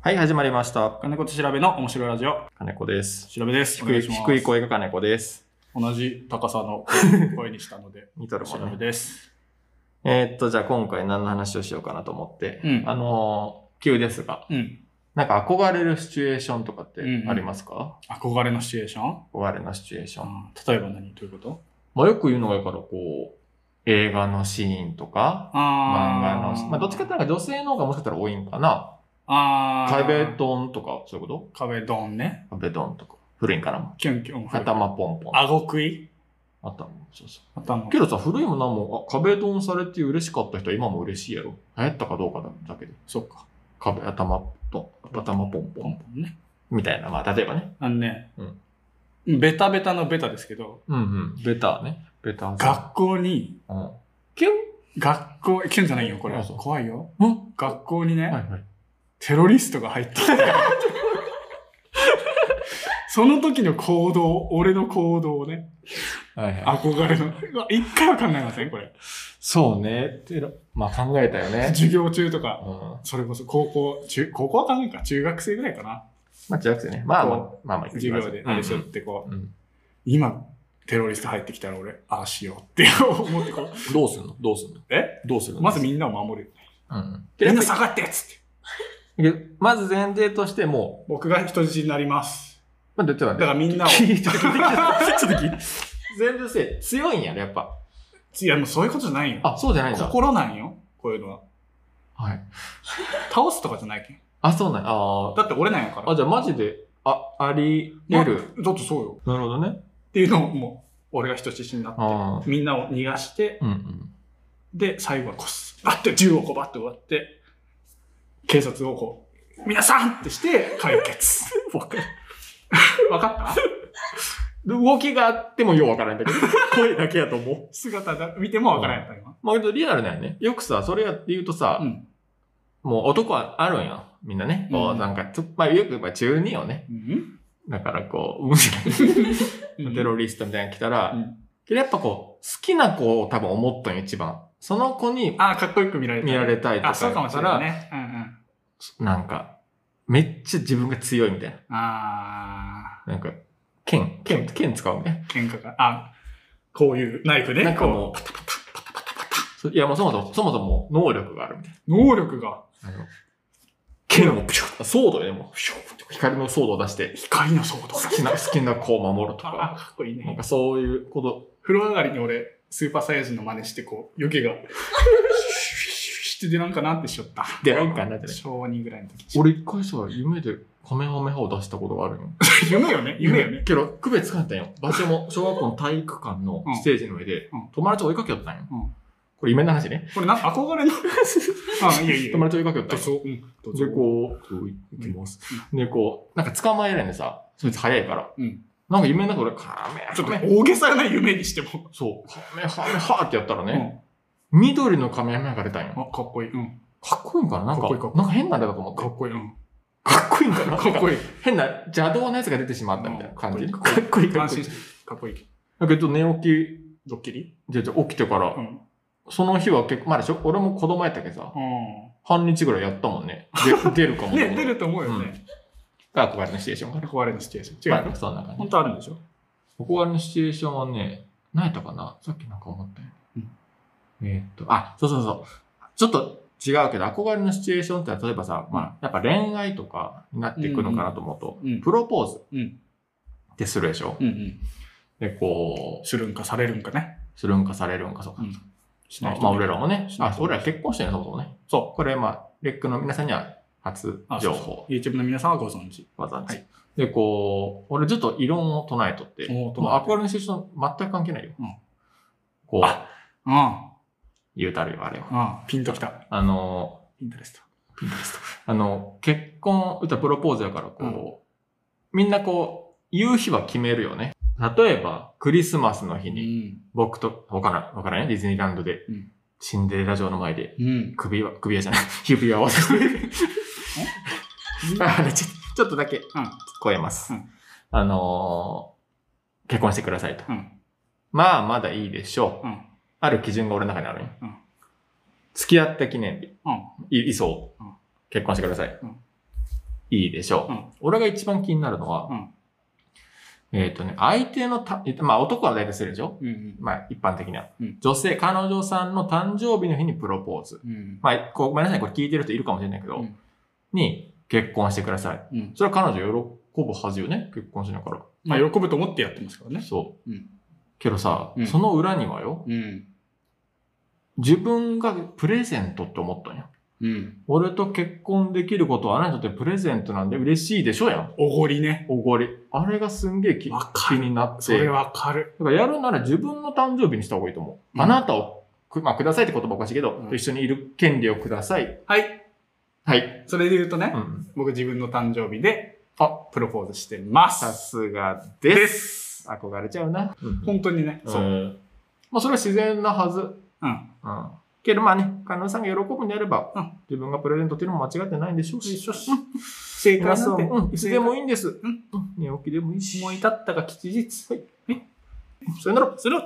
はい、始まりました。金子と調べの面白いラジオ。金子です。調べです。お低願い、します低い。声が金子です。。同じ高さの声にしたので似とるも調んべね。です。えーっと、じゃあ今回何の話をしようかなと思って、うんあのー急ですが、うん。なんか憧れるシチュエーションとかってうんうんありますか、憧れのシチュエーション、憧れのシチュエーション。あー例えば何どういうことまあよく言うのが、だからこう、映画のシーンとか、漫画あの、まあどっちかっていうとなんか女性の方がもしかしたら多いんかな。あー壁。ドンとか、そういうこ壁ドンね。と壁ドンとか。古いんかなキュンキュン。頭ポンポン。顎食い頭、そうそう。頭。けどさ、古いもなんも、あ、壁ドンされて嬉しかった人は今も嬉しいやろ。流行ったかどうかだだけで。そっか。壁、頭、ドン、頭ポンポポンン。ポンね。みたいな、まあ、例えばね。あのね、ベタベタのベタですけど、うんうん。ベターね。ベター学校に、うん。キュン学校、キュンじゃないよ、これあそ。う怖いよ。うん学校にね、はいはい。テロリストが入って きてその時の行動、俺の行動をね、はいはい。憧れの。うわ一回は考えませんこれ。そうね。てらまあ、考えたよね。 授業中とうか、ん。それこそ高校、中、高校は考えんか中学生ぐらいかな。まあ、違くてね。まあまあこ、まあまあ、授業で、あれしょってこう、うんうん今、テロリスト入ってきたら俺、ああしようって 思ってこう、どうすんのどうすんのえどうするのまず、みんなを守る。うん。みんな下がってっつって。まず前提としても僕が人質になります。う、まあ、例えばだからね。みんなを。聞い て聞いて聞いてちょっと聞いて。前提として強いんやね、やっぱ。いや、もうそういうことじゃないよ。あ、そうじゃないんだ。心なんよ。こういうのは。はい。倒すとかじゃないけん。あ、そうなんやあーだって俺なんやから。あ、じゃあマジで、あ、あり得る。だってそうよ。なるほどね。っていうのをもう、俺が人質になっあて、みんなを逃がしてあ。、うんうん。で、最後はこうす、バッて銃をこうバッて割って、警察をこう、皆さんってして解 決。わかる。わかった動きがあってもようわからんだけど、 声だけやと思う。姿だ見てもわからんやった今。まあ、けどリアルなんやね。よくさ、それやって言うとさ、うん。もう男はあるんよ。みんなね。こうう、んなんか、ちょまあ、よく、まあ、中二よね。うんだからこう、うん うんテロリストみたいなの来たら、うんけどやっぱこう、好きな子を多分思ったんよ、一番。その子にああ、かっこよく見られた。見られたいとかあ、そうかもしれないね。うんなんか、めっちゃ自分が強いみたいな。うん。あなんか、剣、剣、剣使うみたいな。あ、喧嘩が。あこういうナイフで、なんかこ、もう、パタパタパタパタパタそういや、もうそもそも、そもそも能力があるみたいう能力が、な。あの、剣をピシュッ、ソードよね、もう、ピシュッ、光のソードを出して、光のソード好きな、好きな子を守るとああ、か、かっこいいね。なんかそういうこと、風呂上がりに俺、スーパーサイヤ人の真似して、こう、余計が、シュッシュッシュッシュッって出なんかなってしよった。出なんかなってね小2ぐらいの時。俺一回さ、夢でカメハメハを出したことがあるよ。夢よね 夢よね。けど、区別つかんやったんよ。場所も、小学校の体育館のステージの上でうん、友達追いかけよったんようん。これ夢の話ね。これなんか憧れの。 あ、いやいや。友達追いかけよったんよ。そう。うん。どうで、ぞこう、行きます。で、こう、なんか捕まえられんでさ、そいつ早いから。うんなんか夢の中で俺、カメちょっとハメ、大げさな夢にしても。そう、カメハメハってやったらね、緑のカメハメハが出たんうん。よ。あ、かっこいい。うん。かっこいいんかななんかか、っこいいかっこいないんか変なあれだと思って。かっこいい。うん。かっこいいんかなかっこいい。変な邪道なやつが出てしまったみたいな感じ。うんかっこいい、か安っこい心い。して。かっこいい。だけど寝起き、ドッキリじゃあじゃあ起きてからう、ん。その日は結構、まあでしょ俺も子供やったけどさ、半日ぐらいやったもんね。で出るかもと思っ ね、て。出ると思うよね。が憧れのシチュエーションかな。憧れのシチュエーション。違まうあ、。そんな感じ本。当あるんでしょ憧れのシチュエーションはね、何やったかなさっきなんか思ったよ。うんえーっと、あ、そうそうそう。ちょっと違うけど、憧れのシチュエーションって例えばさ、まあ、やっぱ恋愛とかになっていくのかなと思うと、うんうんプロポーズうんってするでしょ、うんうん。で、こう、するんかされるんかね。するんかされるんか、そうか。うんしまないあ、人まあ俺らもねし、ないあ、人俺ら結婚してるね、そもそもね。そう。これ、まあ、レックの皆さんには初あそ情う報、 YouTube の皆さんはご存知。わざんちはいで、こう、俺ずっと異論を唱えとって、おー唱えてもう憧れのシチュエーション全く関係ないよ。うんこう、あうん。言うたるよ、あれは。ああ、ピンときた。あの、インタレスト。あの、結婚、うたプロポーズやから、こう、みんなこう、言う日は決めるよね。例えば、クリスマスの日うに、ん。僕と、わからん、わからんね、ディズニーランドで、うんシンデレラ城の前で、うん。首輪、首輪 じゃない、指輪を渡して、 あれちょちょっとだけ、超えます。うんあのー結婚してくださいと。うん。まあ、まだいいでしょう。うんある基準が俺の中にあるんようん付き合った記念日。うん。い、いそううん。結婚してくださいうん。いいでしょう。うん俺が一番気になるのは、うんえっ、とね、相手のた、えっとまあ男は大体するでしょうんうん。まあ一般的には、うん女性、彼女さんの誕生日の日にプロポーズ。うん。まあ、こうごめんなさい、これ聞いてる人いるかもしれないけど、うんに結婚してください。うん。それは彼女喜ぶはずよね、結婚しながら。まあ、喜ぶと思ってやってますからね。そう。うんけどさ、うんその裏にはよ、うん。自分がプレゼントって思ったんや。うん。俺と結婚できることはあなたにとってプレゼントなんで嬉しいでしょやん。おごりね。おごり。あれがすんげえきわ気かるになって。それわかる。だからやるなら自分の誕生日にした方がいいと思う。うんあなたをく、まあ、くださいって言葉おかしいけど、うん一緒にいる権利をください。はい。はい。それで言うとね、うん。僕自分の誕生日であ、プロポーズしてまさす。すがです。憧れちゃうな。本当にね。そそうう。ん。まあ、それは自然なはず。うん。うん。けどまあね、彼女さんが喜ぶんであれば、うん自分がプレゼントっていうのも間違ってないんでしょうし。一緒し。正解皆なさんんて。も、うん、いつでもいいんです。んうん。寝起きでもいいし。思い立ったが吉日。さよなら。する。